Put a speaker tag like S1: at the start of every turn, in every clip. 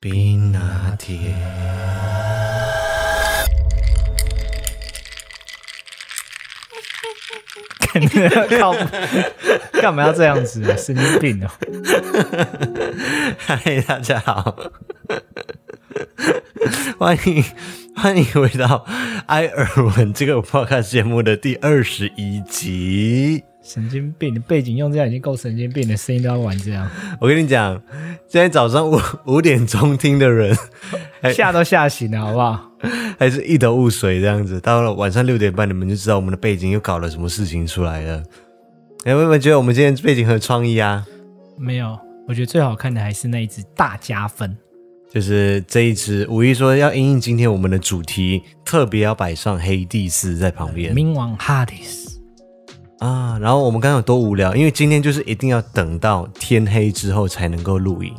S1: 冰拿铁。
S2: 干 靠谱，干嘛要这样子啊？神经病哦！
S1: 嗨，大家好， 欢迎欢迎回到埃尔文这个 podcast 节目的第二十一集。
S2: 神经病，背景用这样已经够神经病了，声音都要玩这样，
S1: 我跟你讲，今天早上五五点钟听的人，哎
S2: 吓都吓醒了，好不好？
S1: 还是一头雾水这样子。到了晚上六点半，你们就知道我们的背景又搞了什么事情出来了。哎，有没有觉得我们今天背景很有创意啊？
S2: 没有，我觉得最好看的还是那一只大加分。
S1: 就是这一支，五一说要因应今天我们的主题，特别要摆上黑帝斯在旁边
S2: 冥王哈迪斯，
S1: 啊。然后我们刚刚有多无聊，因为今天就是一定要等到天黑之后才能够录影。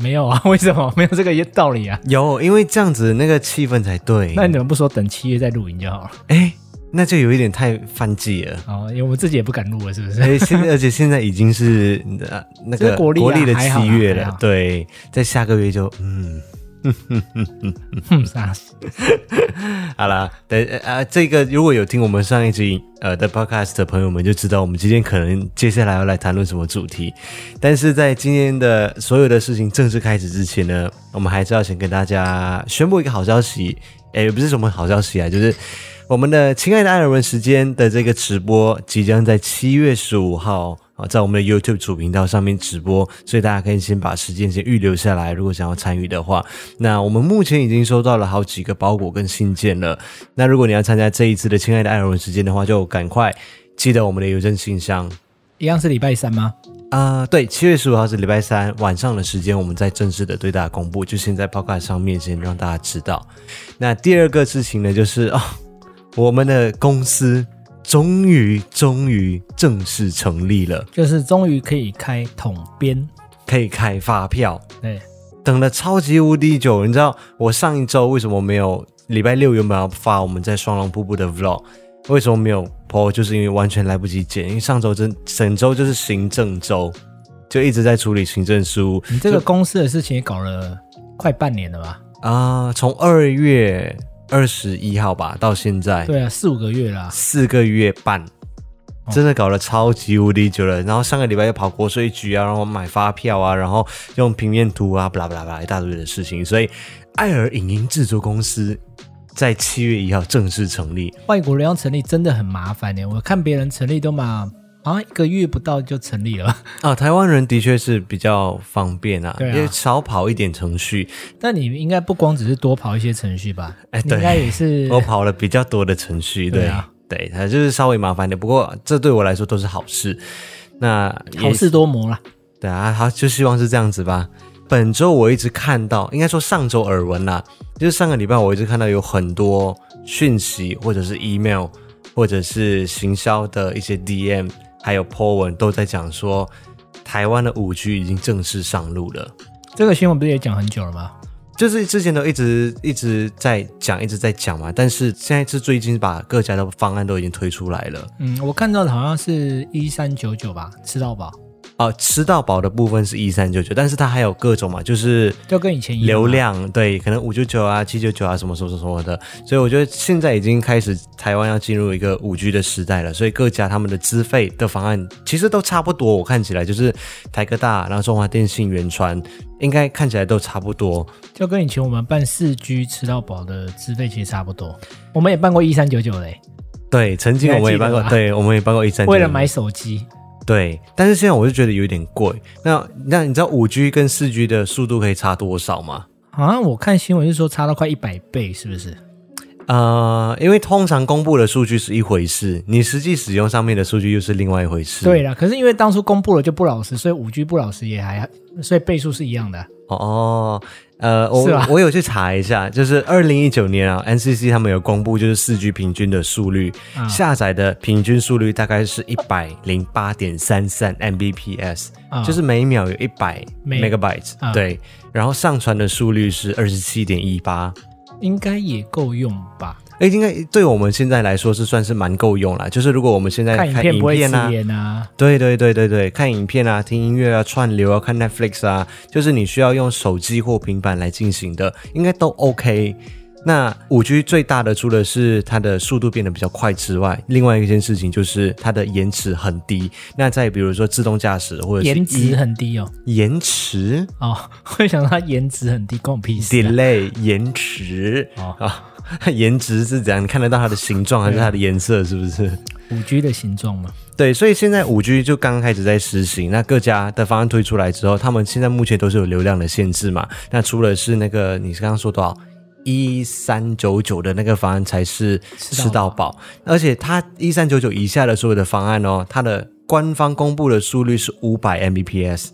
S2: 没有啊？为 什么没有这个道理啊？
S1: 有，因为这样子那个气氛才对。
S2: 那你怎么不说等七月再录影就好了？
S1: 哎，那就有一点太犯忌 了。
S2: 哦，因为我们自己也不敢录了，是不是？
S1: 哎，现在而且现在已经是呃那
S2: 这
S1: 个
S2: 是国历啊
S1: 的
S2: 还好
S1: 七
S2: 啦
S1: 月
S2: 还
S1: 了
S2: 好，
S1: 对，在下个月就嗯。
S2: 哼，傻死。
S1: 好啦，等呃，这个如果有听我们上一集呃的 podcast 的朋友们就知道，我们今天可能接下来要来谈论什么主题。但是在今天的所有的事情正式开始之前呢，我们还是要先跟大家宣布一个好消息，诶，也不是什么好消息啊，就是我们的亲爱的艾尔文时间的这个直播即将在七月十五号。啊，在我们的 YouTube 主频道上面直播，所以大家可以先把时间先预留下来，如果想要参与的话。那我们目前已经收到了好几个包裹跟信件了。那如果你要参加这一次的亲爱的艾尔文时间的话，就赶快记得我们的邮政信箱。
S2: 一样是礼拜三吗？
S1: 啊、对，七月十五号是礼拜三晚上的时间，我们再正式的对大家公布，就先在 Podcast 上面先让大家知道。那第二个事情呢，就是哦，我们的公司终于终于正式成立了，
S2: 就是终于可以开统编，
S1: 可以开发票，
S2: 对，
S1: 等了超级无敌久。你知道我上一周为什么没有礼拜六原本要发我们在双龙瀑布的 vlog，为什么没有 po？就是因为完全来不及剪，因为上周真整周就是行政周，就一直在处理行政事务
S2: 你这个公司的事情也搞了快半年了吧？
S1: 啊。从二月二十一号吧到现在，
S2: 对哦啊，四五个月啦。
S1: 四个月半，真的搞了超级无敌久了。然后上个礼拜又跑国税局啊，然后买发票啊，然后用平面图啊，巴拉巴拉巴拉一大堆的事情。所以，爱尔影音制作公司在七月一号正式成立。
S2: 外国人要成立真的很麻烦耶，我看别人成立都嘛，好像一个月不到就成立了。
S1: 啊，台湾人的确是比较方便啊，
S2: 对啊
S1: 也少跑一点程序。
S2: 但你应该不光只是多跑一些程序吧？
S1: 哎
S2: 你
S1: 对
S2: 应该也是
S1: 我跑了比较多的程序，对
S2: 对啊，
S1: 对，它就是稍微麻烦点，不过这对我来说都是好事。那也
S2: 好事多磨啦。
S1: 对啊，好，就希望是这样子吧。本周我一直看到，应该说上周耳闻啦，就是上个礼拜我一直看到有很多讯息，或者是 email，或者是行销的一些 DM，还有 po 文都在讲说，台湾的五 G 已经正式上路了。
S2: 这个新闻不是也讲很久了吗？
S1: 就是之前都一直一直在讲，一直在讲嘛，但是现在是最近把各家的方案都已经推出来了。
S2: 嗯，我看到的好像是一三九九吧，吃到饱，
S1: 哦，吃到饱的部分是一三九九，但是它还有各种嘛，就是
S2: 就跟以前一样啊嘛。
S1: 流量，对，可能五九九啊、七九九啊，什么什么什么的。所以我觉得现在已经开始，台湾要进入一个五 G 的时代了。所以各家他们的资费的方案其实都差不多，我看起来就是台科大，然后中华电信、远传，应该看起来都差不多。
S2: 就跟以前我们办四 G 吃到饱的资费其实差不多。我们也办过一三九九嘞，
S1: 对，曾经我们也办过
S2: 你，还记
S1: 对，我们也办过一三。
S2: 为了买手机，
S1: 对，但是现在我就觉得有点贵。那那你知道五 G 跟四 G 的速度可以差多少吗？
S2: 好像我看新闻是说差到快一百倍，是不是？
S1: 呃，因为通常公布的数据是一回事，你实际使用上面的数据又是另外一回事。
S2: 对啦，可是因为当初公布了就不老实，所以五 G 不老实也还，所以倍数是一样的。啊
S1: 哦，呃，我
S2: 是啊吧
S1: 我有去查一下，就是二零一九年啊，NCC 他们有公布，就是四 G 平均的速率，
S2: 啊
S1: 下载的平均速率大概是一百零八点三三 Mbps，、
S2: 啊
S1: 就是每秒有一百
S2: 每
S1: megabytes，、
S2: 啊
S1: 对，然后上传的速率是二十七点一八。
S2: 应该也够用吧？
S1: 哎，应该对我们现在来说是算是蛮够用啦。就是如果我们现在
S2: 看影
S1: 看
S2: 片
S1: 影
S2: 不会
S1: 片啊
S2: 刺，眼啊，
S1: 对对对对对，看影片啊，听音乐啊，串流啊，看 Netflix 啊，就是你需要用手机或平板来进行的，应该都 OK。那五 G 最大的除了是它的速度变得比较快之外，另外一件事情就是它的延迟很低。那再比如说自动驾驶或者是
S2: 颜值
S1: 一
S2: 很低哦。
S1: 延迟
S2: 哦， 我也想到他颜值很低，关我屁事啊、
S1: delay 延迟
S2: 哦
S1: 啊， 延迟是怎样？你看得到它的形状还是它的颜色？是不是？
S2: 五 G 的形状嘛，
S1: 对，所以现在五 G 就刚开始在实行，那各家的方案推出来之后，他们现在目前都是有流量的限制嘛。那除了是那个你是刚刚说多少一三九九的那个方案才是
S2: 吃到
S1: 吃到饱，而且它一三九九以下的所有的方案哦，它的官方公布的速率是五百 Mbps。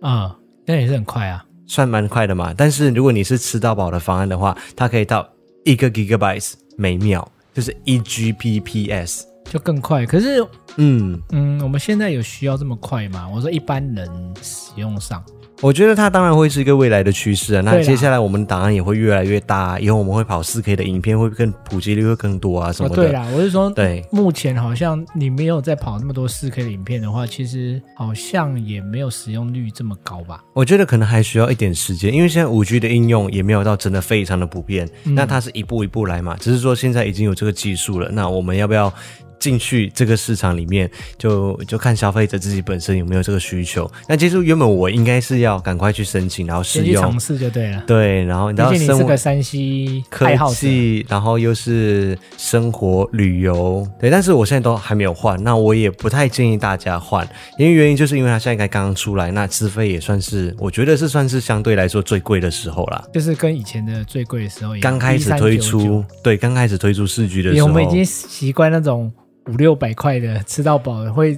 S2: 啊、那也是很快啊。
S1: 算蛮快的嘛。但是如果你是吃到饱的方案的话，它可以到一个 gigabytes 每秒，就是一 Gbps。
S2: 就更快。可是，
S1: 嗯，
S2: 嗯，我们现在有需要这么快吗？我说一般人使用上，
S1: 我觉得它当然会是一个未来的趋势啊。那
S2: 对啦
S1: 接下来我们档案也会越来越大、以后我们会跑4 K 的影片会更普及率会更多啊什
S2: 哦，
S1: 么
S2: 对
S1: 的。
S2: 啦，我是说，
S1: 对
S2: 目前好像你没有在跑那么多4 K 的影片的话，其实好像也没有使用率这么高吧？
S1: 我觉得可能还需要一点时间，因为现在5 G 的应用也没有到真的非常的普遍。
S2: 嗯
S1: 那它是一步一步来嘛，只是说现在已经有这个技术了，那我们要不要进去这个市场里面，就就看消费者自己本身有没有这个需求？那其实原本我应该是要赶快去申请，然后试
S2: 先去尝
S1: 用，
S2: 试就对了。
S1: 对，然后你知道
S2: 毕竟你
S1: 生
S2: 是
S1: 活
S2: 个山西爱好
S1: 科
S2: 者，
S1: 技，然后又是生活旅游，对，但是我现在都还没有换，那我也不太建议大家换，因为原因就是因为它现在才刚刚出来，那资费也算是，我觉得是算是相对来说最贵的时候啦。
S2: 就是跟以前的最贵的时候一样，
S1: 刚开始
S2: 1399
S1: 推出，对，刚开始推出四 G 的
S2: 因
S1: 时候，
S2: 为我们已经习惯那种五六百块的吃到饱的，会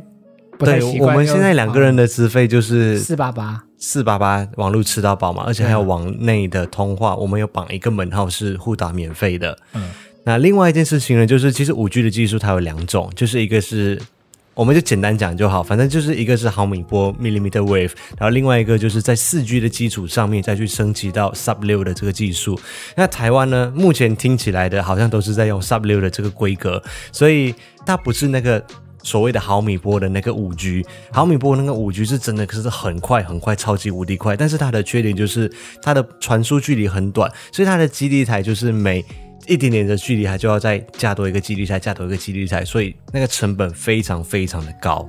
S2: 不太
S1: 对
S2: 习，
S1: 我
S2: 惯。
S1: 们现在两个人的资费就是
S2: 四八八，
S1: 四八八网络吃到饱嘛，而且还有网内的通话，我们有绑一个门号是互打免费的。
S2: 嗯，
S1: 那另外一件事情呢，就是其实五 G 的技术它有两种，就是一个是。我们就简单讲就好，反正就是一个是毫米波 （millimeter wave），然后另外一个就是在四 G 的基础上面再去升级到 sub 六的这个技术。那台湾呢，目前听起来的好像都是在用 sub 六的这个规格，所以它不是那个所谓的毫米波的那个五 G，毫米波那个五 G 是真的可是很快很快，超级无敌快。但是它的缺点就是它的传输距离很短，所以它的基地台就是每一点点的距离，它就要再加多一个基地台，加多一个基地台，所以那个成本非常非常的高。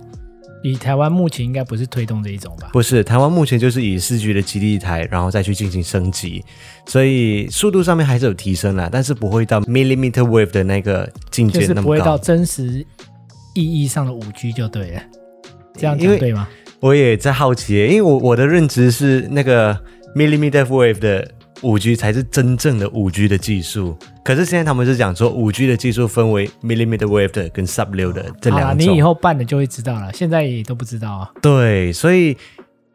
S2: 以台湾目前应该不是推动这一种吧？
S1: 不是，台湾目前就是以四 G 的基地台，然后再去进行升级，所以速度上面还是有提升啦，但是不会到 millimeter wave 的那个境
S2: 就
S1: 界
S2: 是
S1: 那
S2: 不
S1: 么
S2: 会
S1: 高
S2: 到。真实意义上的五 G 就对了，这样
S1: 因
S2: 讲
S1: 为
S2: 对吗？
S1: 我也在好奇耶，因为我我的认知是那个 millimeter wave 的五 G 才是真正的五 G 的技术，可是现在他们是讲说五 G 的技术分为 millimeter wave 的跟 sub 六的这
S2: 好啦，
S1: 两
S2: 啊你
S1: 种。
S2: 以后办了就会知道了，现在也都不知道啊。
S1: 对，所以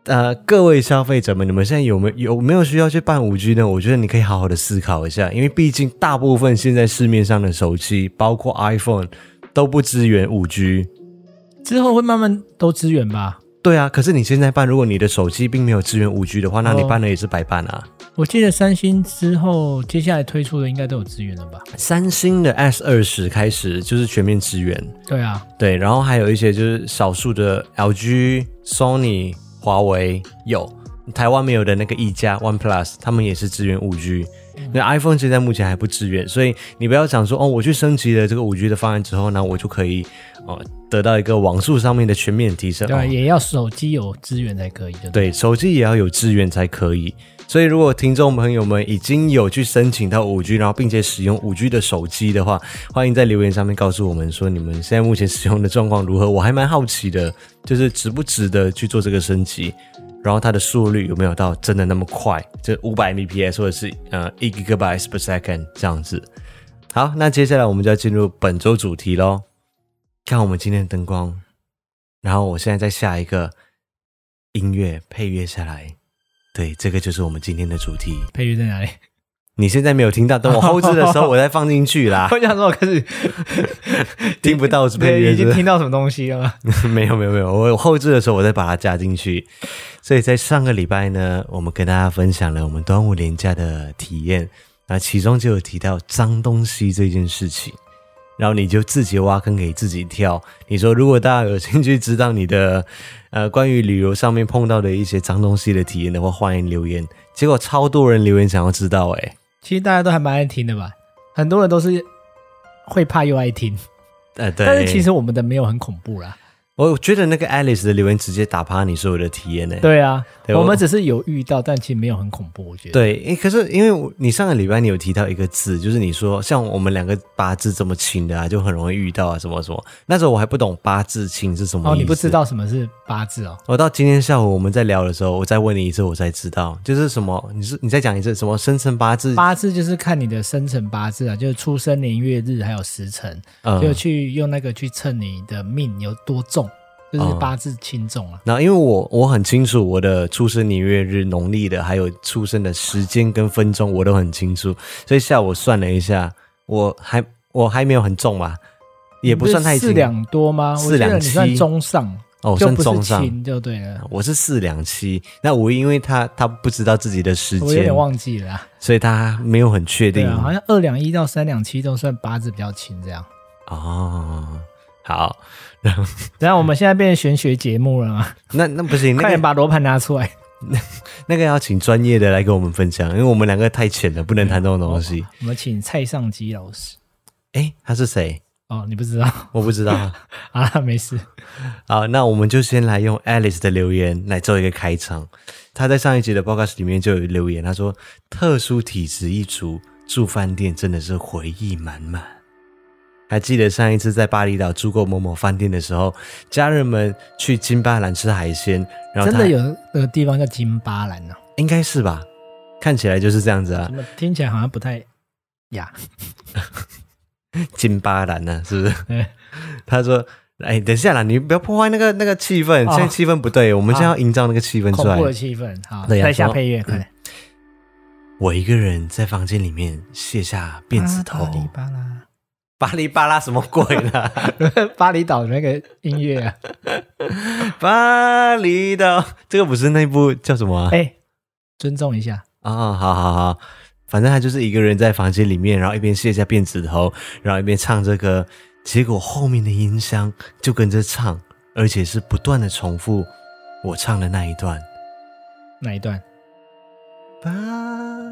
S1: 呃，各位消费者们，你们现在有没有有没有需要去办五 G 呢？我觉得你可以好好的思考一下，因为毕竟大部分现在市面上的手机，包括 iPhone 都不支援五 G。
S2: 之后会慢慢都支援吧。
S1: 对啊，可是你现在办，如果你的手机并没有支援五 G 的话，那你
S2: 哦
S1: 办了也是白办啊。
S2: 我记得三星之后接下来推出的应该都有支援了吧？
S1: 三星的 S 二十开始就是全面支援，
S2: 对啊，
S1: 对，然后还有一些就是少数的 LG、Sony、华为有，台湾没有的那个一加 OnePlus，他们也是支援五 G。那 iPhone 现在目前还不支援，所以你不要想说哦，我去升级了这个五 G 的方案之后呢，我就可以哦、呃得到一个网速上面的全面提升。
S2: 对啊，
S1: 哦
S2: 也要手机有支援才可以，就对。
S1: 对，手机也要有支援才可以。所以，如果听众朋友们已经有去申请到五 G，然后并且使用五 G 的手机的话，欢迎在留言上面告诉我们说你们现在目前使用的状况如何。我还蛮好奇的，就是值不值得去做这个升级，然后它的速率有没有到真的那么快，就五百 Mbps 或者是呃一 Gigabytes per second 这样子。好，那接下来我们就要进入本周主题喽。看我们今天的灯光，然后我现在再下一个音乐配乐下来。对，这个就是我们今天的主题。
S2: 配乐在哪里？
S1: 你现在没有听到，等我后置的时候我再放进去啦。
S2: 我想说，我开 始
S1: 听不到是配
S2: 对
S1: 乐
S2: 已
S1: 是
S2: 经
S1: 不是，
S2: 听到什么东西了吗？
S1: 没有没有没有，我后置的时候我再把它加进去。所以在上个礼拜呢，我们跟大家分享了我们端午连假的体验。那其中就有提到脏东西这件事情，然后你就自己挖坑给自己跳。你说，如果大家有兴趣知道你的 呃关于旅游上面碰到的一些脏东西的体验的话，欢迎留言。结果超多人留言想要知道、欸，哎，
S2: 其实大家都还蛮爱听的吧，很多人都是会怕又爱听，
S1: 呃，对，
S2: 但是其实我们的没有很恐怖啦。
S1: 我觉得那个 Alice 的留言直接打趴你所有的体验呢、欸。
S2: 对啊，
S1: 对
S2: 我
S1: 我
S2: 们只是有遇到，但其实没有很恐怖，我觉得。，
S1: 对，诶，可是因为我你上个礼拜你有提到一个字，就是你说像我们两个八字这么亲的啊，就很容易遇到啊，什么什么。那时候我还不懂八字亲是什么意
S2: 哦，
S1: 思，
S2: 你不知。道什么是八字哦？
S1: 我到今天下午我们在聊的时候，我再问你一次，我才知道，就是什么，你是你再讲一次，什么生辰八字，
S2: 八字就是看你的生辰八字啊，就是出生年月日还有时辰，
S1: 嗯
S2: 就去用那个去称你的命有多重，就是八字轻重啊。
S1: 然后因为我我很清楚我的出生年月日、农历的，还有出生的时间跟分钟，我都很清楚。所以下午算了一下，我还我还没有很重吧，也不算太
S2: 你是
S1: 轻。
S2: 四两多吗？我
S1: 四
S2: 记
S1: 两
S2: 得你算
S1: 七
S2: 中上，
S1: 哦，我
S2: 就
S1: 算
S2: 不
S1: 中
S2: 是
S1: 上，
S2: 轻就对了。
S1: 我是四两七。那我因为他他不知道自己的时
S2: 我有
S1: 间
S2: 点，忘记了啊、
S1: 所以他没有很确
S2: 对
S1: 定。
S2: 啊，好像二两一到三两七都算八字比较轻这样。
S1: 哦，好，
S2: 然啊后我们现在变成玄学节目了吗？
S1: 那那不行，
S2: 快
S1: 那
S2: 点
S1: 个
S2: 把罗盘拿出来。
S1: 那个要请专业的来跟我们分享，因为我们两个太浅了，不能谈这种东西。
S2: 我们请蔡尚基老师。
S1: 诶，他是谁？
S2: 哦，你不知道
S1: 我不知道。
S2: 啊？没事。
S1: 好，那我们就先来用 Alice 的留言来做一个开场。她在上一集的 Podcast 里面就有留言，她说：“特殊体质一族住饭店真的是回忆满满。”还记得上一次在巴厘岛住过某某饭店的时候，家人们去金巴兰吃海鲜，然后
S2: 真
S1: 她
S2: 的有那个地方叫金巴兰呢、
S1: 应该是吧？看起来就是这样子啊
S2: 怎，么听起来好像不太呀？
S1: 金巴兰呢、是不是？
S2: 对，
S1: 她说：“哎，等一下啦，你不要破坏那个那个气氛，
S2: 哦
S1: 现在气氛不对，我们现在要营造那个气氛
S2: 恐
S1: 出来。
S2: 怖的气氛。好，哎嗯
S1: 对呀
S2: 再下
S1: 说
S2: 配乐，快点。
S1: 我一个人在房间里面卸下辫子头
S2: 巴，黎巴拉，
S1: 巴黎巴拉什么鬼啦？
S2: 哦 巴厘岛的那个音乐啊。
S1: 巴黎的这个不是那部叫什么啊？
S2: 哎、尊重一下。
S1: 啊、好好好，反正他就是一个人在房间里面，然后一边卸下辫子头，然后一边唱这歌，结果后面的音箱就跟着唱，而且是不断的重复我唱的那一段。
S2: 哪一段？
S1: 巴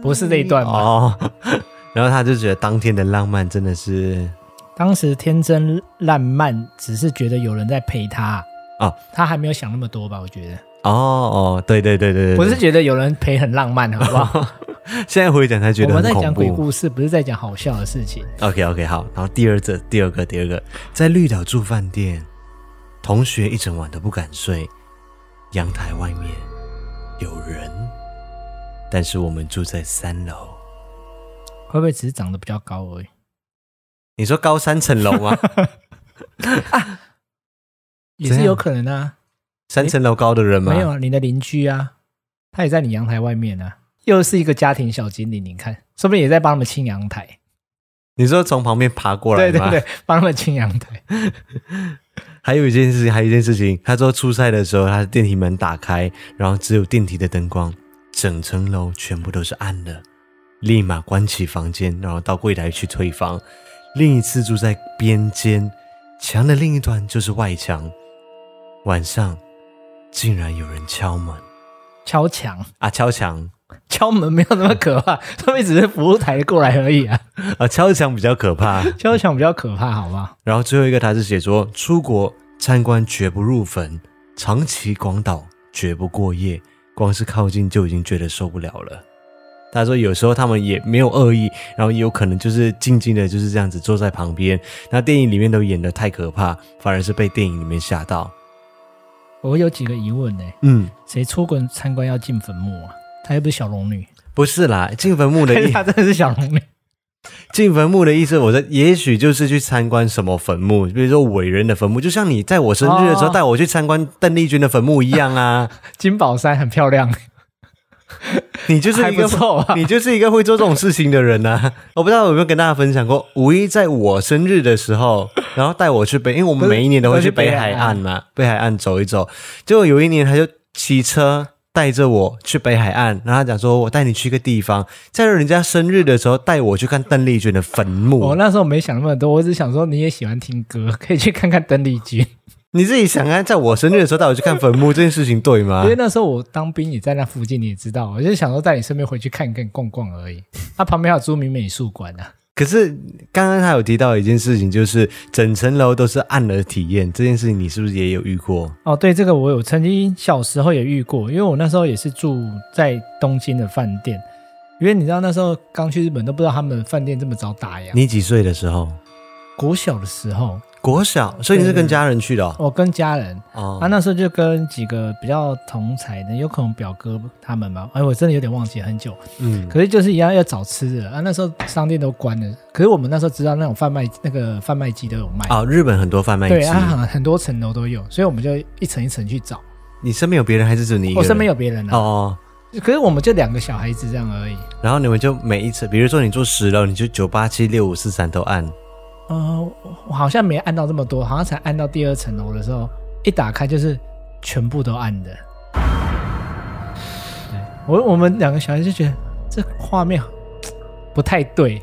S2: 不是这一段吧
S1: 哦， 然后他就觉得当天的浪漫真的是
S2: 当时天真烂漫，只是觉得有人在陪他。
S1: 哦，
S2: 他还没有想那么多吧？我觉得，
S1: 哦哦，对对对对对，
S2: 我是觉得有人陪很浪漫，好不好？
S1: 现在回想才觉
S2: 我
S1: 得
S2: 们
S1: 很
S2: 在
S1: 恐怖。
S2: 讲鬼故事，不是在讲好笑的事情。
S1: OK OK 好，然后第二个第二个第二个，在绿岛住饭店，同学一整晚都不敢睡，阳台外面有人，但是我们住在三楼。
S2: 会不会只是长得比较高而已？
S1: 你说高三层楼 吗？
S2: 也
S1: 怎
S2: 是
S1: 样
S2: 有可能啊。
S1: 三层楼高的人吗？
S2: 没有啊，你的邻居啊，他也在你阳台外面啊，又是一个家庭小精灵，你看，说不定也在帮他们清阳台。
S1: 你说从旁边爬过来
S2: 对
S1: 吗？
S2: 对对，帮他们清阳台。
S1: 还有一件事情，还有一件事情，他说出差的时候，他的电梯门打开，然后只有电梯的灯光，整层楼全部都是暗的，立马关起房间，然后到柜台去退房。另一次住在边间，墙的另一端就是外墙，晚上竟然有人敲门
S2: 敲墙，
S1: 啊，敲墙
S2: 敲门没有那么可怕，他们只是服务台过来而已啊。
S1: 啊，敲墙比较可怕。
S2: 敲墙比较可怕，好不好？
S1: 然后最后一个他是写说，出国参观绝不入坟，长崎广岛绝不过夜，光是靠近就已经觉得受不了了。他说有时候他们也没有恶意，然后也有可能就是静静的就是这样子坐在旁边。那电影里面都演的太可怕，反而是被电影里面吓到。
S2: 我有几个疑问呢、
S1: 嗯，
S2: 谁出国参观要进坟墓啊？她又不是小龙女，
S1: 不是啦，进坟墓的
S2: 但
S1: 意
S2: 是她真的是小龙女。
S1: 进坟墓的意思，我说也许就是去参观什么坟墓，比如说伟人的坟墓，就像你在我生日的时候
S2: 哦
S1: 带我去参观邓丽君的坟墓一样 啊。
S2: 金宝山很漂亮，
S1: 你就是
S2: 还
S1: 一个
S2: 不错 啊。
S1: 你就是一个会做这种事情的人呐、 我不知道有没有跟大家分享过，五一在我生日的时候，然后带我去北，因为我们每一年都会去北海岸嘛，北海岸走一走。结果有一年他就骑车带着我去北海岸，然后他讲说我带你去一个地方，在人家生日的时候带我去看邓丽君的坟墓。
S2: 哦我那时候没想那么多，我只想说你也喜欢听歌， 可以去看看邓丽君。
S1: 你自己想啊，在我生日的时候带我去看坟墓这件事情对吗
S2: 因为？那时候我当兵也在那附近，你也知道，我就想说带你顺便回去看看逛逛而已。 它旁边还有著名美术馆啊，
S1: 可是刚刚他有提到一件事情，就是整层楼都是暗的体验，这件事情你是不是也有遇过？
S2: 哦，对，这个我有曾经小时候也遇过，因为我那时候也是住在东京的饭店，因为你知道那时候刚去日本都不知道他们饭店这么早打烊。
S1: 你几岁的时候？
S2: 国小的时候，
S1: 国小，所以你是跟家人去的哦。
S2: 我跟家人
S1: 哦
S2: 啊，那时候就跟几个比较同才的，有可能表哥他们吧，哎，我真的有点忘记很久，
S1: 嗯，
S2: 可是就是一样要找吃的啊，那时候商店都关了，可是我们那时候知道那种贩卖那个贩卖机都有卖，
S1: 哦，日本很多贩卖
S2: 对
S1: 机，
S2: 啊，很很多层楼都有，所以我们就一层一层去找，
S1: 你身边有别人还是只有你一个
S2: 我
S1: 人？
S2: 身边有别人啊，
S1: 哦。
S2: 可是我们就两个小孩子这样而已。
S1: 然后你们就每一次，比如说你住十楼，你就九八七六五四三都按。
S2: 呃，我好像没按到这么多，好像才按到第二层楼的时候，一打开就是全部都按的。对我我们两个小孩就觉得这画面不太对，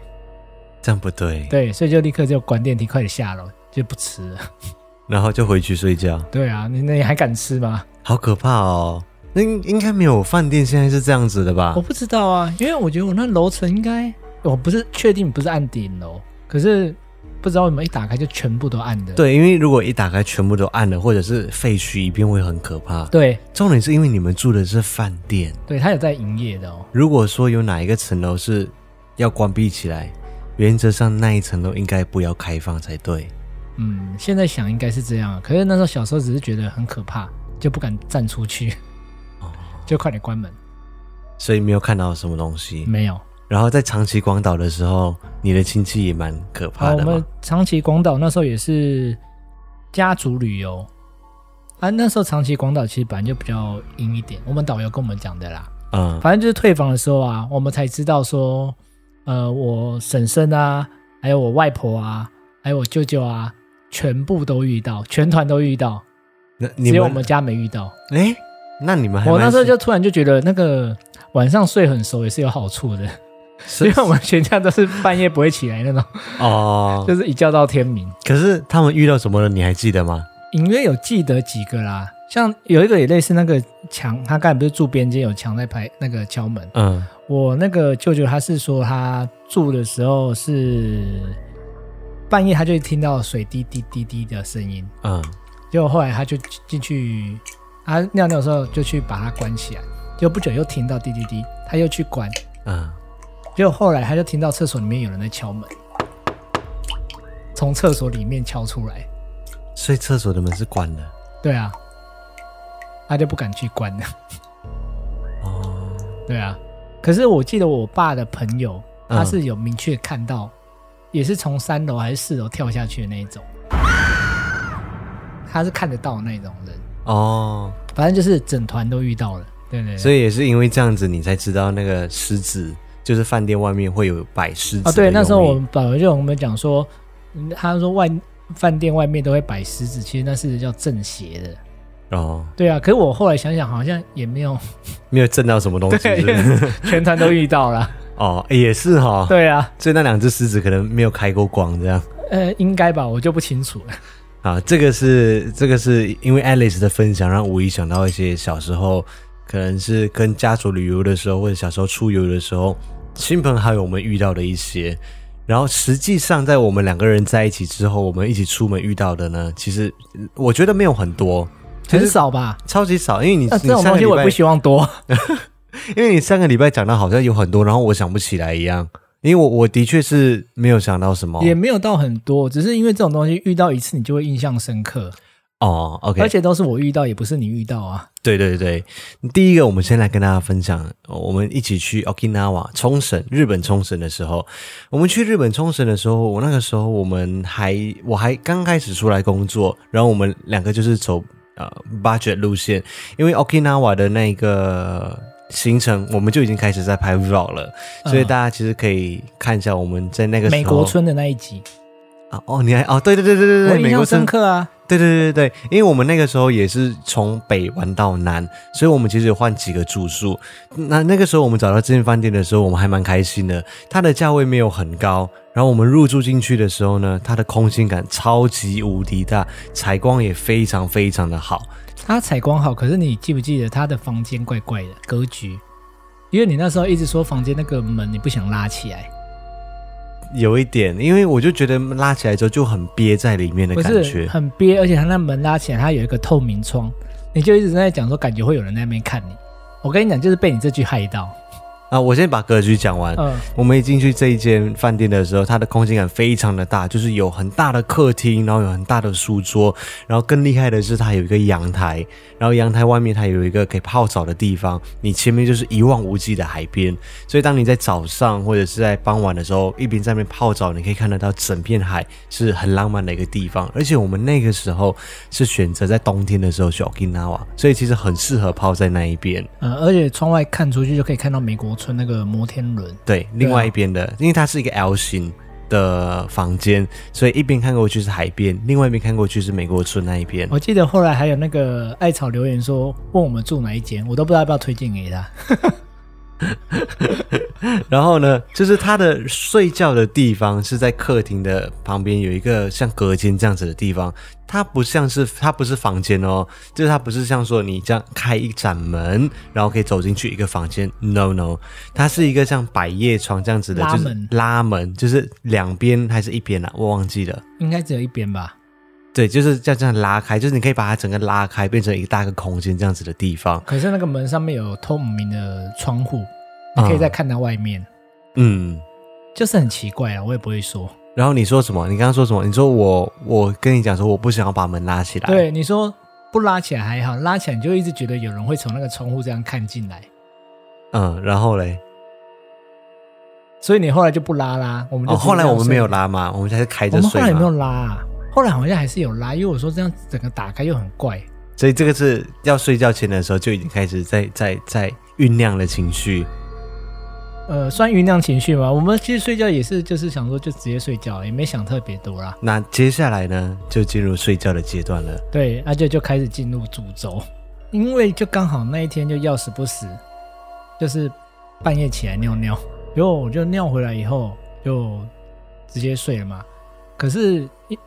S1: 这样不对，
S2: 对，所以就立刻就关电梯，快点下楼，就不吃了。
S1: 然后就回去睡觉，
S2: 对啊，你那你还敢吃吗？
S1: 好可怕哦！那应应该没有饭店现在是这样子的吧
S2: 我？不知道啊，因为我觉得我那楼层应该我不是确定不是按顶楼，可是不知道为什么一打开就全部都按的。
S1: 对，因为如果一打开全部都暗了，或者是废墟一片，会很可怕。
S2: 对
S1: 重点是因为你们住的是饭店，
S2: 对，他有在营业的哦。
S1: 如果说有哪一个层楼是要关闭起来，原则上那一层楼应该不要开放才对。
S2: 嗯，现在想应该是这样，啊可是那时候小时候只是觉得很可怕，就不敢站出去，
S1: 哦，
S2: 就快点关门。
S1: 所以没有看到什么东西。
S2: 没有，
S1: 然后在长崎广岛的时候，你的亲戚也蛮可
S2: 啊，
S1: 怕
S2: 我
S1: 的
S2: 们
S1: 嘛。
S2: 长崎广岛那时候也是家族旅游啊，那时候长崎广岛其实本来就比较阴一点，我们导游哦跟我们讲的啦。
S1: 嗯，
S2: 反正就是退房的时候啊，我们才知道说，呃，我婶婶啊，还有我外婆啊，还有我舅舅啊，全部都遇到，全团都遇到，
S1: 那你
S2: 只有我
S1: 们
S2: 们家没遇到。
S1: 哎，那你们还
S2: 我那时候
S1: 蛮
S2: 就突然就觉得，那个晚上睡很熟也是有好处的，
S1: 是
S2: 因为我们全家都是半夜不会起来那种，
S1: 哦，
S2: 就是一觉到天明。
S1: 可是他们遇到什么了，你还记得吗？
S2: 隐约有记得几个啦，像有一个也类似那个墙，他刚才不是住边间有墙在拍那个敲门。
S1: 嗯，
S2: 我那个舅舅他是说他住的时候是半夜，他就听到水滴滴滴滴的声音，
S1: 嗯，
S2: 结果后来他就进去，他尿尿的时候就去把它关起来，结果不久又听到滴滴滴，他又去关。
S1: 嗯，
S2: 结果后来他就听到厕所里面有人在敲门，从厕所里面敲出来。
S1: 所以厕所的门是关的。
S2: 对啊，他就不敢去关了。
S1: 哦，
S2: 对啊，可是我记得我爸的朋友，
S1: 嗯
S2: 他是有明确看到，也是从三楼还是四楼跳下去的那一种，他是看得到的那种人。
S1: 哦，
S2: 反正就是整团都遇到了。对对对。
S1: 所以也是因为这样子，你才知道那个狮子就是饭店外面会有摆狮子的
S2: 啊，对，
S1: 用
S2: 那时候
S1: 意
S2: 我们导游就跟我们讲说，嗯他说外饭店外面都会摆狮子，其实那是叫正邪的。
S1: 哦
S2: 对啊，可是我后来想想，好像也没有，
S1: 没有震到什么东西
S2: 对，
S1: 是
S2: 因
S1: 不是
S2: 为全团都遇到了。
S1: 哦，诶也是哈、 哦。
S2: 对啊，
S1: 所以那两只狮子可能没有开过光这样。
S2: 呃，应该吧，我就不清楚 了。
S1: 啊，这个是这个是因为 Alice 的分享，让五一想到一些小时候，可能是跟家族旅游的时候，或者小时候出游的时候，亲朋好友们遇到的一些。然后实际上，在我们两个人在一起之后，我们一起出门遇到的呢，其实嗯我觉得没有很多，其实
S2: 很少吧？
S1: 超级少。因为你、
S2: 那、
S1: 你
S2: 呃这种
S1: 上
S2: 东
S1: 个
S2: 西
S1: 礼
S2: 我也
S1: 拜哦
S2: 不，希望多。
S1: 因为你上个礼拜讲到好像有很多，然后我想不起来一样。因为我我的确是没有想到什么
S2: 也没有到很多，只是因为这种东西遇到一次你就会印象深刻，
S1: 哦，OK，
S2: 而且都是我遇到，也不是你遇到啊。
S1: 对对对，第一个我们先来跟大家分享，呃我们一起去 Okinawa 冲绳，日本冲绳的时候，我们去日本冲绳的时候，我那个时候我们还我还刚开始出来工作，然后我们两个就是走呃 budget 路线，因为 Okinawa 的那个行程我们就已经开始在拍 vlog 了，所以大家其实可以看一下我们在那个时候
S2: 嗯美国村的那一集，
S1: 啊哦，你还哦对对对对对
S2: 我
S1: 对，
S2: 印
S1: 美
S2: 象
S1: 国村
S2: 深刻啊。
S1: 对对对对，因为我们那个时候也是从北玩到南，所以我们其实有换几个住宿。那那个时候我们找到这间饭店的时候，我们还蛮开心的，它的价位没有很高。然后我们入住进去的时候呢，它的空间感超级无敌大，采光也非常非常的好。
S2: 它采光好，可是你记不记得它的房间怪怪的格局？因为你那时候一直说房间那个门你不想拉起来，
S1: 有一点，因为我就觉得拉起来之后就很憋在里面的
S2: 不
S1: 感
S2: 是
S1: 觉。
S2: 很憋，而且它那门拉起来，它有一个透明窗，你就一直在讲说感觉会有人在那边看你。我跟你讲，就是被你这句害到。
S1: 啊，我先把格局讲完。
S2: 嗯，
S1: 我们一进去这一间饭店的时候，它的空间感非常的大，就是有很大的客厅，然后有很大的书桌，然后更厉害的是它有一个阳台，然后阳台外面它有一个可以泡澡的地方，你前面就是一望无际的海边，所以当你在早上或者是在傍晚的时候，一边在那边泡澡，你可以看得到整片海，是很浪漫的一个地方。而且我们那个时候是选择在冬天的时候去 Okinawa，所以其实很适合泡在那一边。
S2: 呃，而且窗外看出去就可以看到美国村那个摩天轮，
S1: 对，另外一边的，因为它是一个 L 型的房间，所以一边看过去是海边，另外一边看过去是美国村那一边。
S2: 我记得后来还有那个艾草留言说问我们住哪一间，我都不知道要不要推荐给他。
S1: 然后呢，就是他的睡觉的地方是在客厅的旁边有一个像隔间这样子的地方，它不像是它不是房间哦，就是它不是像说你这样开一盏门，然后可以走进去一个房间，no no，它是一个像百叶窗这样子的，
S2: 拉
S1: 就是
S2: 门
S1: 拉门，就是两边还是一边啊，我忘记了。
S2: 应该只有一边吧？
S1: 对，就是要这样拉开，就是你可以把它整个拉开，变成一个大个空间这样子的地方。
S2: 可是那个门上面有透明的窗户，你可以再看到外面，
S1: 嗯，
S2: 就是很奇怪啊，我也不会说。
S1: 然后你说什么？你刚刚说什么？你说我我跟你讲说我不想要把门拉起来。
S2: 对，你说不拉起来还好，拉起来你就一直觉得有人会从那个窗户这样看进来，
S1: 嗯，然后嘞，
S2: 所以你后来就不拉啦。我们就、
S1: 哦，后来我们没有，拉嘛，我们还是开
S2: 我
S1: 着
S2: 们后
S1: 睡
S2: 来有没有
S1: 嘛。
S2: 拉、啊？后来好像还是有拉，因为我说这样整个打开又很怪。
S1: 所以这个是要睡觉前的时候就已经开始在在在酝酿的情绪。
S2: 呃，算酝酿情绪嘛。我们其实睡觉也是，就是想说就直接睡觉，也没想特别多啦。
S1: 那接下来呢，就进入睡觉的阶段了。
S2: 对，而且就开始进入主轴，因为就刚好那一天就要死不死，就是半夜起来尿尿，然后我就尿回来以后就直接睡了嘛。可是因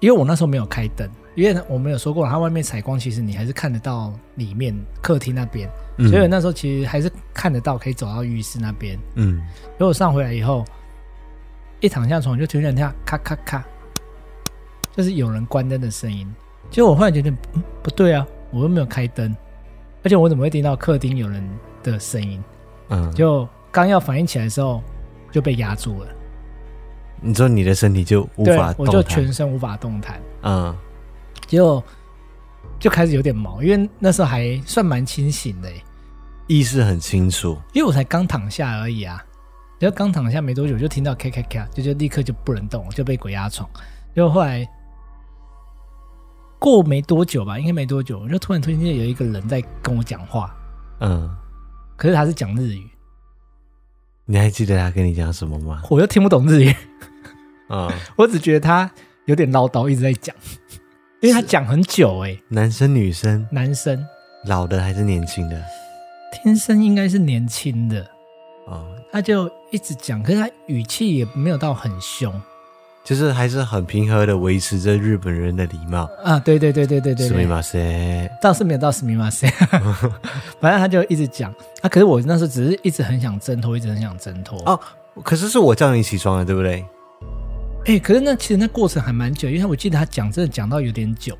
S2: 因为我那时候没有开灯，因为我们有说过，它外面采光其实你还是看得到里面客厅那边，
S1: 嗯
S2: 所以我那时候其实还是看得到，可以走到浴室那边。
S1: 嗯，
S2: 然后我上回来以后，一躺下床就听见他咔咔咔，就是有人关灯的声音。结果我忽然觉得、嗯、不对啊，我又没有开灯，而且我怎么会听到客厅有人的声音？
S1: 嗯，
S2: 就刚要反应起来的时候，就被压住了，
S1: 你说你的身体就无
S2: 对
S1: 法动
S2: 我
S1: 弹，
S2: 就全身无法动弹，
S1: 嗯
S2: 结果就开始有点毛，因为那时候还算蛮清醒的、欸，
S1: 意识很清楚。
S2: 因为我才刚躺下而已啊，然后刚躺下没多久就听到咔咔咔，就就立刻就不能动，就被鬼压床。结果后来过没多久吧，应该没多久，我就突然听见有一个人在跟我讲话，
S1: 嗯，
S2: 可是他是讲日语，
S1: 你还记得他跟你讲什么吗？
S2: 我又听不懂日语，
S1: 嗯，
S2: 我只觉得他有点唠叨，一直在讲，因为他讲很久哎、
S1: 男生女生，
S2: 男生
S1: 老的还是年轻的？
S2: 天生应该是年轻的，
S1: 哦，
S2: 他就一直讲，可是他语气也没有到很凶
S1: 就是还是很平和的维持着日本人的礼貌。
S2: 啊，对对对对对对
S1: す
S2: 对
S1: み。ません。
S2: 倒是没 有到死密码谁，反正他就一直讲啊。可是我那时候只是一直很想挣脱，一直很想挣脱。
S1: 哦，可是是我叫你起床的，对不对？
S2: 哎、可是那其实那过程还蛮久，因为我记得他讲真的讲到有点久。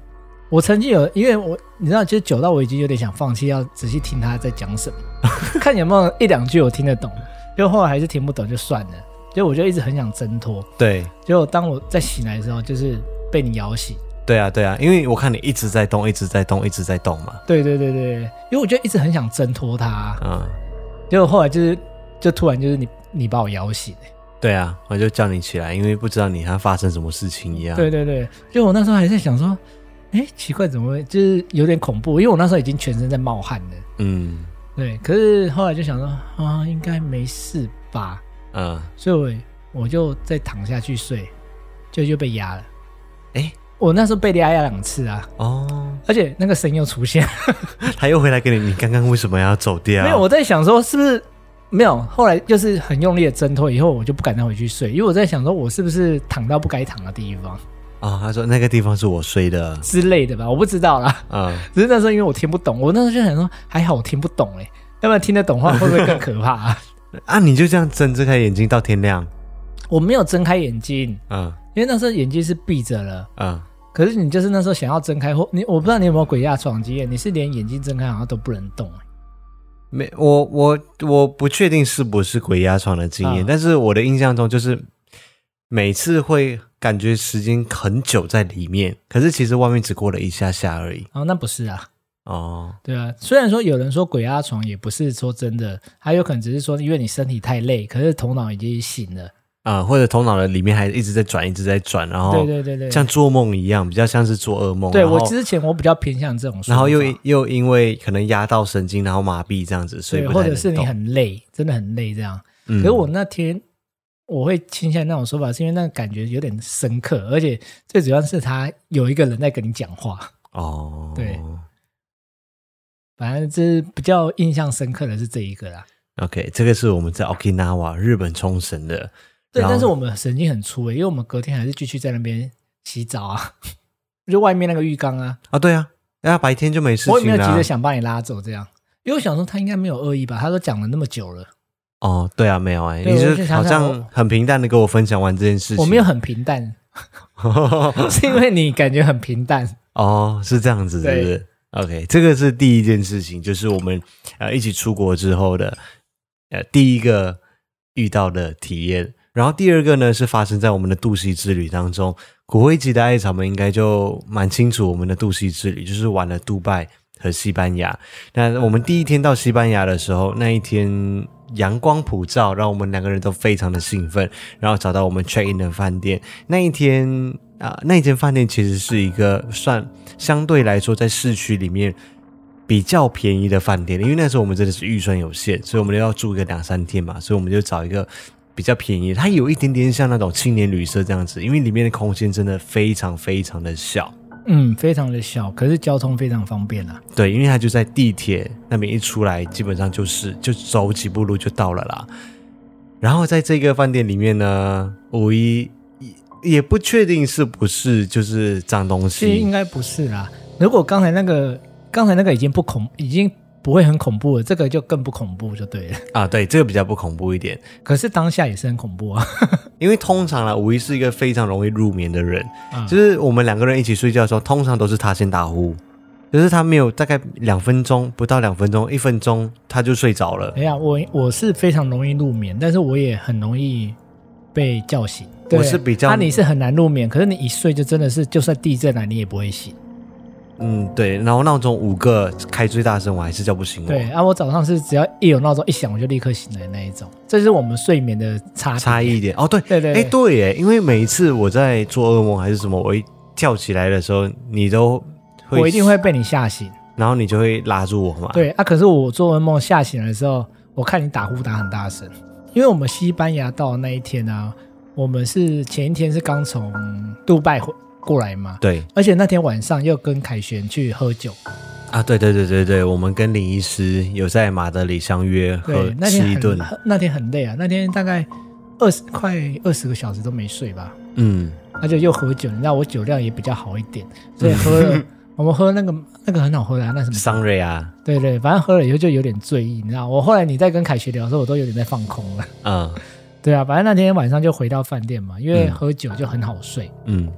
S2: 我曾经有，因为我你知道，其实久到我已经有点想放弃，要仔细听他在讲什么， 看有没有一两句我听得懂。就后来还是听不懂，就算了。就我就一直很想挣脱，
S1: 对，
S2: 结果当我再醒来的时候，就是被你摇醒。
S1: 对啊，对啊，因为我看你一直在动，一直在动，一直在动嘛。
S2: 对对对对，对因为我就一直很想挣脱他、
S1: 嗯，
S2: 结果后来就是，就突然就是你你把我摇醒、
S1: 对啊，我就叫你起来，因为不知道你还发生什么事情一样。
S2: 对，对对，就我那时候还在想说，哎，奇怪，怎么会就是有点恐怖？因为我那时候已经全身在冒汗了。
S1: 嗯
S2: 对，可是后来就想说啊，应该没事吧，
S1: 嗯，
S2: 所以我我就再躺下去睡，就就被压了。
S1: 哎，
S2: 我那时候被压压两次啊，
S1: 哦，
S2: 而且那个神又出现，
S1: 他又回来跟你，你刚刚为什么要走掉？
S2: 没有，我在想说是不是没有，后来就是很用力的挣脱，以后我就不敢再回去睡，因为我在想说我是不是躺到不该躺的地方
S1: 哦，他说那个地方是我睡的，
S2: 之类的吧，我不知道啦。
S1: 嗯，
S2: 只是那时候因为我听不懂，我那时候就想说还好我听不懂哎、欸，要不然听得懂的话会不会更可怕、 啊？
S1: 啊，你就这样睁睁开眼睛到天亮，
S2: 我没有睁开眼睛，
S1: 嗯
S2: 因为那时候眼睛是闭着了。
S1: 嗯，
S2: 可是你就是那时候想要睁开或你，我不知道你有没有鬼压床经验，你是连眼睛睁开好像都不能动、欸
S1: 没，我我我不确定是不是鬼压床的经验，
S2: 啊
S1: 但是我的印象中就是每次会感觉时间很久在里面，可是其实外面只过了一下下而已。
S2: 哦，那不是啊，
S1: 哦，
S2: 对啊。虽然说有人说鬼压床也不是说真的，还有可能只是说因为你身体太累，可是头脑已经醒了。
S1: 啊、或者头脑的里面还一直在转，一直在转，然后
S2: 对对对对，
S1: 像做梦一样，比较像是做噩梦。
S2: 对
S1: 哦然后
S2: 我之前我比较偏向这种说法，
S1: 然后又又因为可能压到神经，然后麻痹这样子，所以
S2: 对，
S1: 不
S2: 或
S1: 太
S2: 者
S1: 能
S2: 是你
S1: 动
S2: 很累，真的很累这样。
S1: 嗯
S2: 可是我那天我会倾向那种说法，是因为那个感觉有点深刻，而且最主要是他有一个人在跟你讲话。
S1: 哦，
S2: 对反正这比较印象深刻的是这一个啦。
S1: ，OK，这个是我们在 Okinawa 日本冲绳的，
S2: 对，
S1: 然后
S2: 但是我们神经很粗诶、欸因为我们隔天还是继续在那边洗澡啊， 就外面那个浴缸啊，
S1: 啊，对啊，那白天就没事
S2: 我也没
S1: 情啊
S2: 有急
S1: 啦
S2: 着。想把你拉走这样，因为我想说他应该没有恶意吧，他都讲了那么久了，
S1: 哦，对啊，没有哎、
S2: 对
S1: 你
S2: 我
S1: 就
S2: 就是
S1: 好
S2: 想想
S1: 像
S2: 我
S1: 很平淡的跟我分享完这件事情。
S2: 我没有很 平淡， 是因为你感觉很平淡，
S1: 哦，是这样子，是不是？OK，这个是第一件事情，就是我们呃一起出国之后的呃第一个遇到的体验。然后第二个呢，是发生在我们的渡溪之旅当中。骨灰级的艾草们应该就蛮清楚我们的渡溪之旅，就是玩了杜拜和西班牙。那我们第一天到西班牙的时候，那一天阳光普照，让我们两个人都非常的兴奋，然后找到我们 check in 的饭店。那一天啊、那一间饭店其实是一个算相对来说在市区里面比较便宜的饭店，因为那时候我们真的是预算有限，所以我们要住个两三天嘛，所以我们就找一个。比较便宜，它有一点点像那种青年旅社这样子，因为里面的空间真的非常非常的小。
S2: 嗯，非常的小，可是交通非常方便啊。
S1: 对，因为它就在地铁那边一出来，基本上就是就走几步路就到了啦。然后在这个饭店里面呢，五一也也不确定是不是就是脏东
S2: 其实应
S1: 西，
S2: 该不是啦。如果刚才那个，刚才那个已经不恐，已经不会很恐怖了，这个就更不恐怖就对了。
S1: 啊，对，这个比较不恐怖一点，
S2: 可是当下也是很恐怖啊。
S1: 因为通常啦，五一是一个非常容易入眠的人，
S2: 嗯
S1: 就是我们两个人一起睡觉的时候，通常都是他先打呼，就是他没有大概两分钟，不到两分钟，一分钟他就睡着了
S2: 哎。呀，我我是非常容易入眠，但是我也很容易被叫醒。对
S1: 我是比较
S2: 啊，你是很难入眠，可是你一睡就真的是，就算地震啊来你也不会醒。
S1: 嗯，对，然后闹钟五个开最大声，我还是叫不醒我。
S2: 对啊，我早上是只要一有闹钟一响，我就立刻醒来那一种。这是我们睡眠的差
S1: 差
S2: 别。
S1: 异一点哦，对，
S2: 对对
S1: 哎，
S2: 对
S1: 对耶，因为每一次我在做噩梦还是什么，我一跳起来的时候，你都会，
S2: 我一定，会被你吓醒。
S1: 然后你就会拉住我嘛，，
S2: 对啊，可是我做噩梦吓醒来的时候，我看你打呼打很大声，因为我们西班牙到的那一天啊，我们是前一天是刚从杜拜回过来嘛，
S1: 对
S2: 而且那天晚上又跟凯旋去喝酒，
S1: 啊，对对对对对，我们跟林医师有在马德里相约和
S2: 对，那
S1: 吃一
S2: 天
S1: 顿
S2: 很，那天很累啊，那天大概二十快二十个小时都没睡吧，
S1: 嗯，
S2: 而且又喝酒，你知道我酒量也比较好一点，所以喝了 我们喝那个那个很好喝的、啊、那什么，
S1: 桑瑞啊，
S2: 对对，反正喝了以后就有点醉意，你知道，我后来你在跟凯旋聊的时候，我都有点在放空了。
S1: 嗯
S2: 对啊，反正那天晚上就回到饭店嘛，因为
S1: 嗯
S2: 喝酒就很好睡，
S1: 嗯，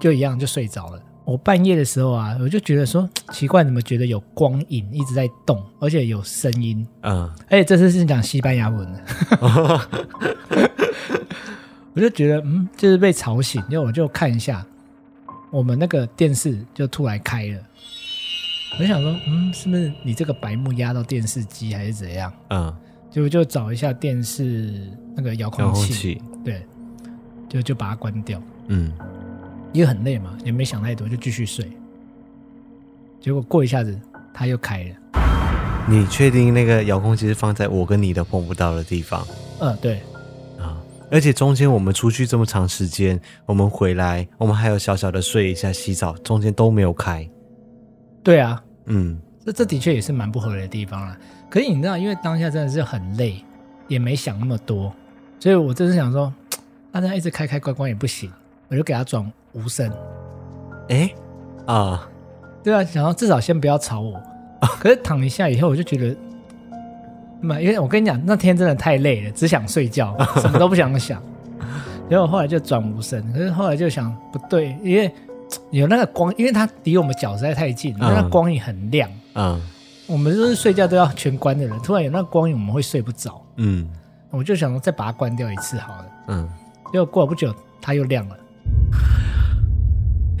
S2: 就一样就睡着了。我半夜的时候啊，我就觉得说奇怪，怎么觉得有光影一直在动，而且有声音，
S1: 嗯，
S2: 而且这次是讲西班 牙文的， 我就觉得嗯，就是被吵醒，因为我就看一下我们那个电视就突然开了，我就想说嗯，是不是你这个白幕压到电视机还是怎样？
S1: 嗯，
S2: 就就找一下电视那个遥
S1: 遥
S2: 控
S1: 控
S2: 器，
S1: 器，
S2: 对，就就把它关掉。
S1: 嗯，
S2: 因为很累嘛，也没想太多，就继续睡。结果过一下子，它又开了。
S1: 你确定那个遥控器是放在我跟你都碰不到的地方
S2: 嗯，对，
S1: 啊？而且中间我们出去这么长时间，我们回来，我们还有小小的睡一下、洗澡，中间都没有开。
S2: 对啊，
S1: 嗯，
S2: 这这的确也是蛮不合理的地方啦。可是你知道，因为当下真的是很累，也没想那么多，所以我真是想说，他这样一直开开关关也不行，我就给他转无声，
S1: 哎，啊，
S2: 对啊，想要至少先不要吵我。可是躺一下以后，我就觉得，妈，因为我跟你讲，那天真的太累了，只想睡觉，什么都不想想。然后后来就转无声，可是后来就想不对，因为有那个光，因为它离我们脚实在太近，那个
S1: 嗯
S2: 光影很亮。
S1: 嗯，
S2: 我们就是睡觉都要全关的人，突然有那个光影，我们会睡不着。
S1: 嗯，
S2: 我就想说再把它关掉一次好了。
S1: 嗯，
S2: 结果过了不久，它又亮了。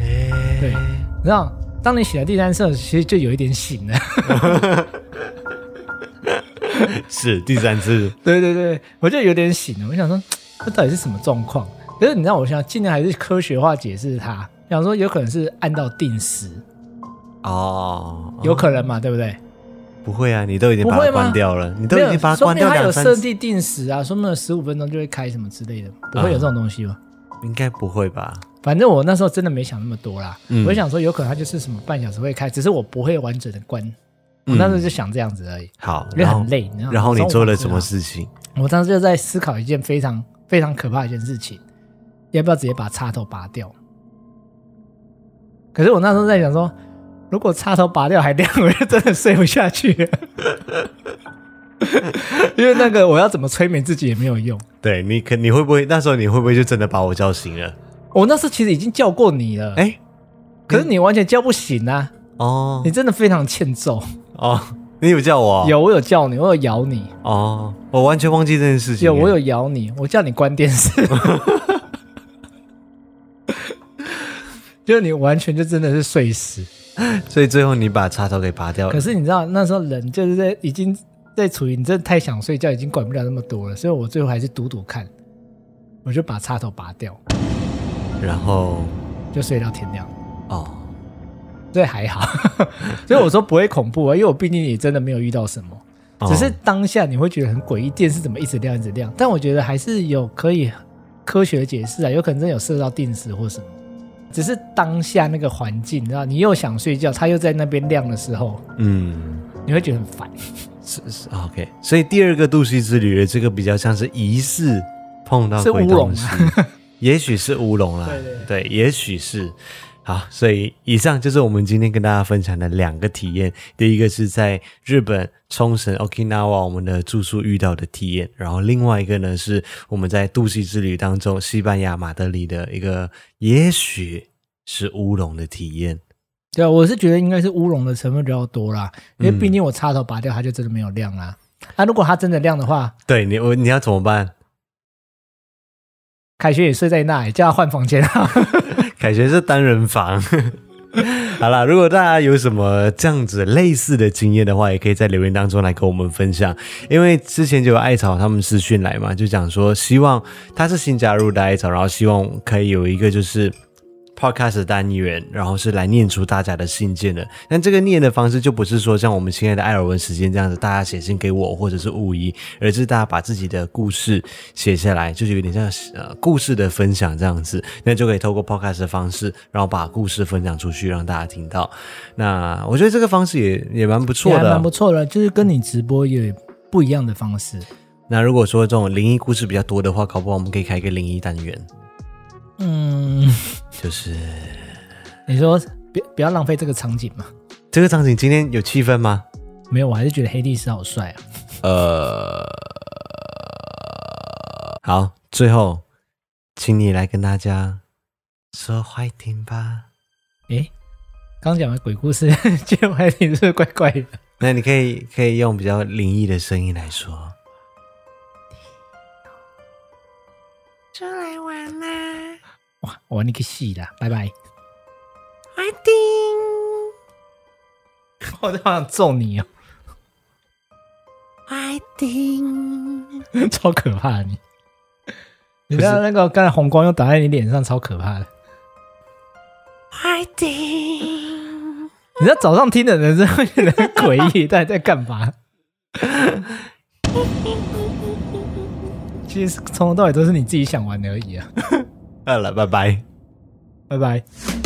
S1: 哎，
S2: 对，你知道，当你醒来第三次的时候，其实就有一点醒了。
S1: 是第三次，
S2: 对对对，我就有点醒了。我想说，这到底是什么状况？可是你知道，我想尽量还是科学化解释它。想说有可能是按到定时，
S1: 哦，
S2: 有可能嘛，对不对？
S1: 不会啊，你都已经
S2: 不
S1: 把它
S2: 会吗
S1: 关掉了，你都
S2: 没
S1: 已
S2: 有，
S1: 经把它
S2: 说
S1: 关
S2: 不定
S1: 掉
S2: 它有
S1: 两三
S2: 设
S1: 次，
S2: 定定时啊，说不定十五分钟就会开什么之类的，不会有这种东西吗？
S1: 应该不会吧？
S2: 反正我那时候真的没想那么多啦，
S1: 嗯
S2: 我就想说有可能它就是什么半小时会开，只是我不会完整的关，我
S1: 嗯
S2: 当时就想这样子而已，
S1: 好，
S2: 因为
S1: 然后
S2: 很累，你知道吗
S1: 然后你做了什？
S2: 中午
S1: 么
S2: 吃
S1: 事情？
S2: 啊我当时就在思考一件非常非常可怕的一件事情，要不要直接把插头拔掉？可是我那时候在想说，如果插头拔掉还亮， 我就真的睡不下去了， 因为那个我要怎么催眠自己也没有用。
S1: 对你可你会不会那时候你会不会就真的把我叫醒了？
S2: 我那时候其实已经叫过你了，
S1: 哎，
S2: 可是你完全叫不醒啊，
S1: 哦
S2: 你真的非常欠揍。
S1: 哦，你有叫我？
S2: 有，我有叫你，我有咬你，
S1: 哦，我完全忘记这件事情。
S2: 有我有咬你，我叫你关电视，就是你完全就真的是睡死。
S1: 所以最后你把插头给拔掉了。
S2: 可是你知道那时候人就是在已经在处于你真的太想睡觉，已经管不了那么多了，所以我最后还是赌赌看，我就把插头拔掉，
S1: 然后
S2: 就睡到天亮，
S1: 哦，
S2: 所以还好。 所以我说不会恐怖啊，因为我毕竟也真的没有遇到什么。
S1: 哦
S2: 只是当下你会觉得很诡异，电视怎么一直亮一直亮？但我觉得还是有可以科学解释啊，有可能真的有设到定时或什么。只是当下那个环境，你知道，你又想睡觉，它又在那边亮的时候，
S1: 嗯，
S2: 你会觉得很烦。
S1: 是是 OK。所以第二个渡溪之旅的这个比较像是疑似碰到
S2: 是
S1: 鬼
S2: 乌龙啊
S1: 东 西，也许是乌龙啦，
S2: 对
S1: 对，也许是。好，所以以上就是我们今天跟大家分享的两个体验。第一个是在日本冲绳 Okinawa 我们的住宿遇到的体验，然后另外一个呢是我们在渡溪之旅当中西班牙马德里的一个，也许是乌龙的体验。
S2: 对啊，我是觉得应该是乌龙的成分比较多啦，因为
S1: 嗯
S2: 毕竟我插头拔掉，它就真的没有亮啦。啊，如果它真的亮的话，
S1: 对你，我你要怎么办？
S2: 凯旋也睡在那里，叫他换房间啊。
S1: 凯旋是单人房。 好啦，如果大家有什么这样子类似的经验的话，也可以在留言当中来跟我们分享。因为之前就有艾草他们私讯来嘛，就讲说希望他是新加入的艾草，然后希望可以有一个就是 podcast 的单元，然后是来念出大家的信件的。但这个念的方式就不是说像我们亲爱的艾尔文时间这样子，大家写信给我或者是五一，而是大家把自己的故事写下来，就是有点像呃故事的分享这样子，那就可以透过 podcast 的方式，然后把故事分享出去，让大家听到。那我觉得这个方式也也蛮不错
S2: 也还
S1: 的，
S2: 蛮不错的，就是跟你直播也不一样的方式。
S1: 那如果说这种灵异故事比较多的话，搞不好我们可以开一个灵异单元，
S2: 嗯，
S1: 就是
S2: 你说别不要浪费这个场景嘛。
S1: 这个场景今天有气氛吗？
S2: 没有，我还是觉得黑帝斯好帅啊！
S1: 呃，好，最后，请你来跟大家说坏听吧。
S2: 诶，刚讲完鬼故事， 结果黑帝斯是怪怪的。
S1: 那你可以可以用比较灵异的声音来说，
S3: 出来玩啦！
S2: 哇，我那个戏啦，拜拜！
S3: 快点！
S2: 我都好想揍你哦，
S3: 快点！
S2: 超可怕的你！你知道那个刚才红光又打在你脸上，超可怕的。
S3: 快点！
S2: 你知道早上听的人真的会觉得很 诡异，到底在干嘛？其实从头到尾都是你自己想玩的而已啊。
S1: 好了，拜拜。
S2: 拜拜。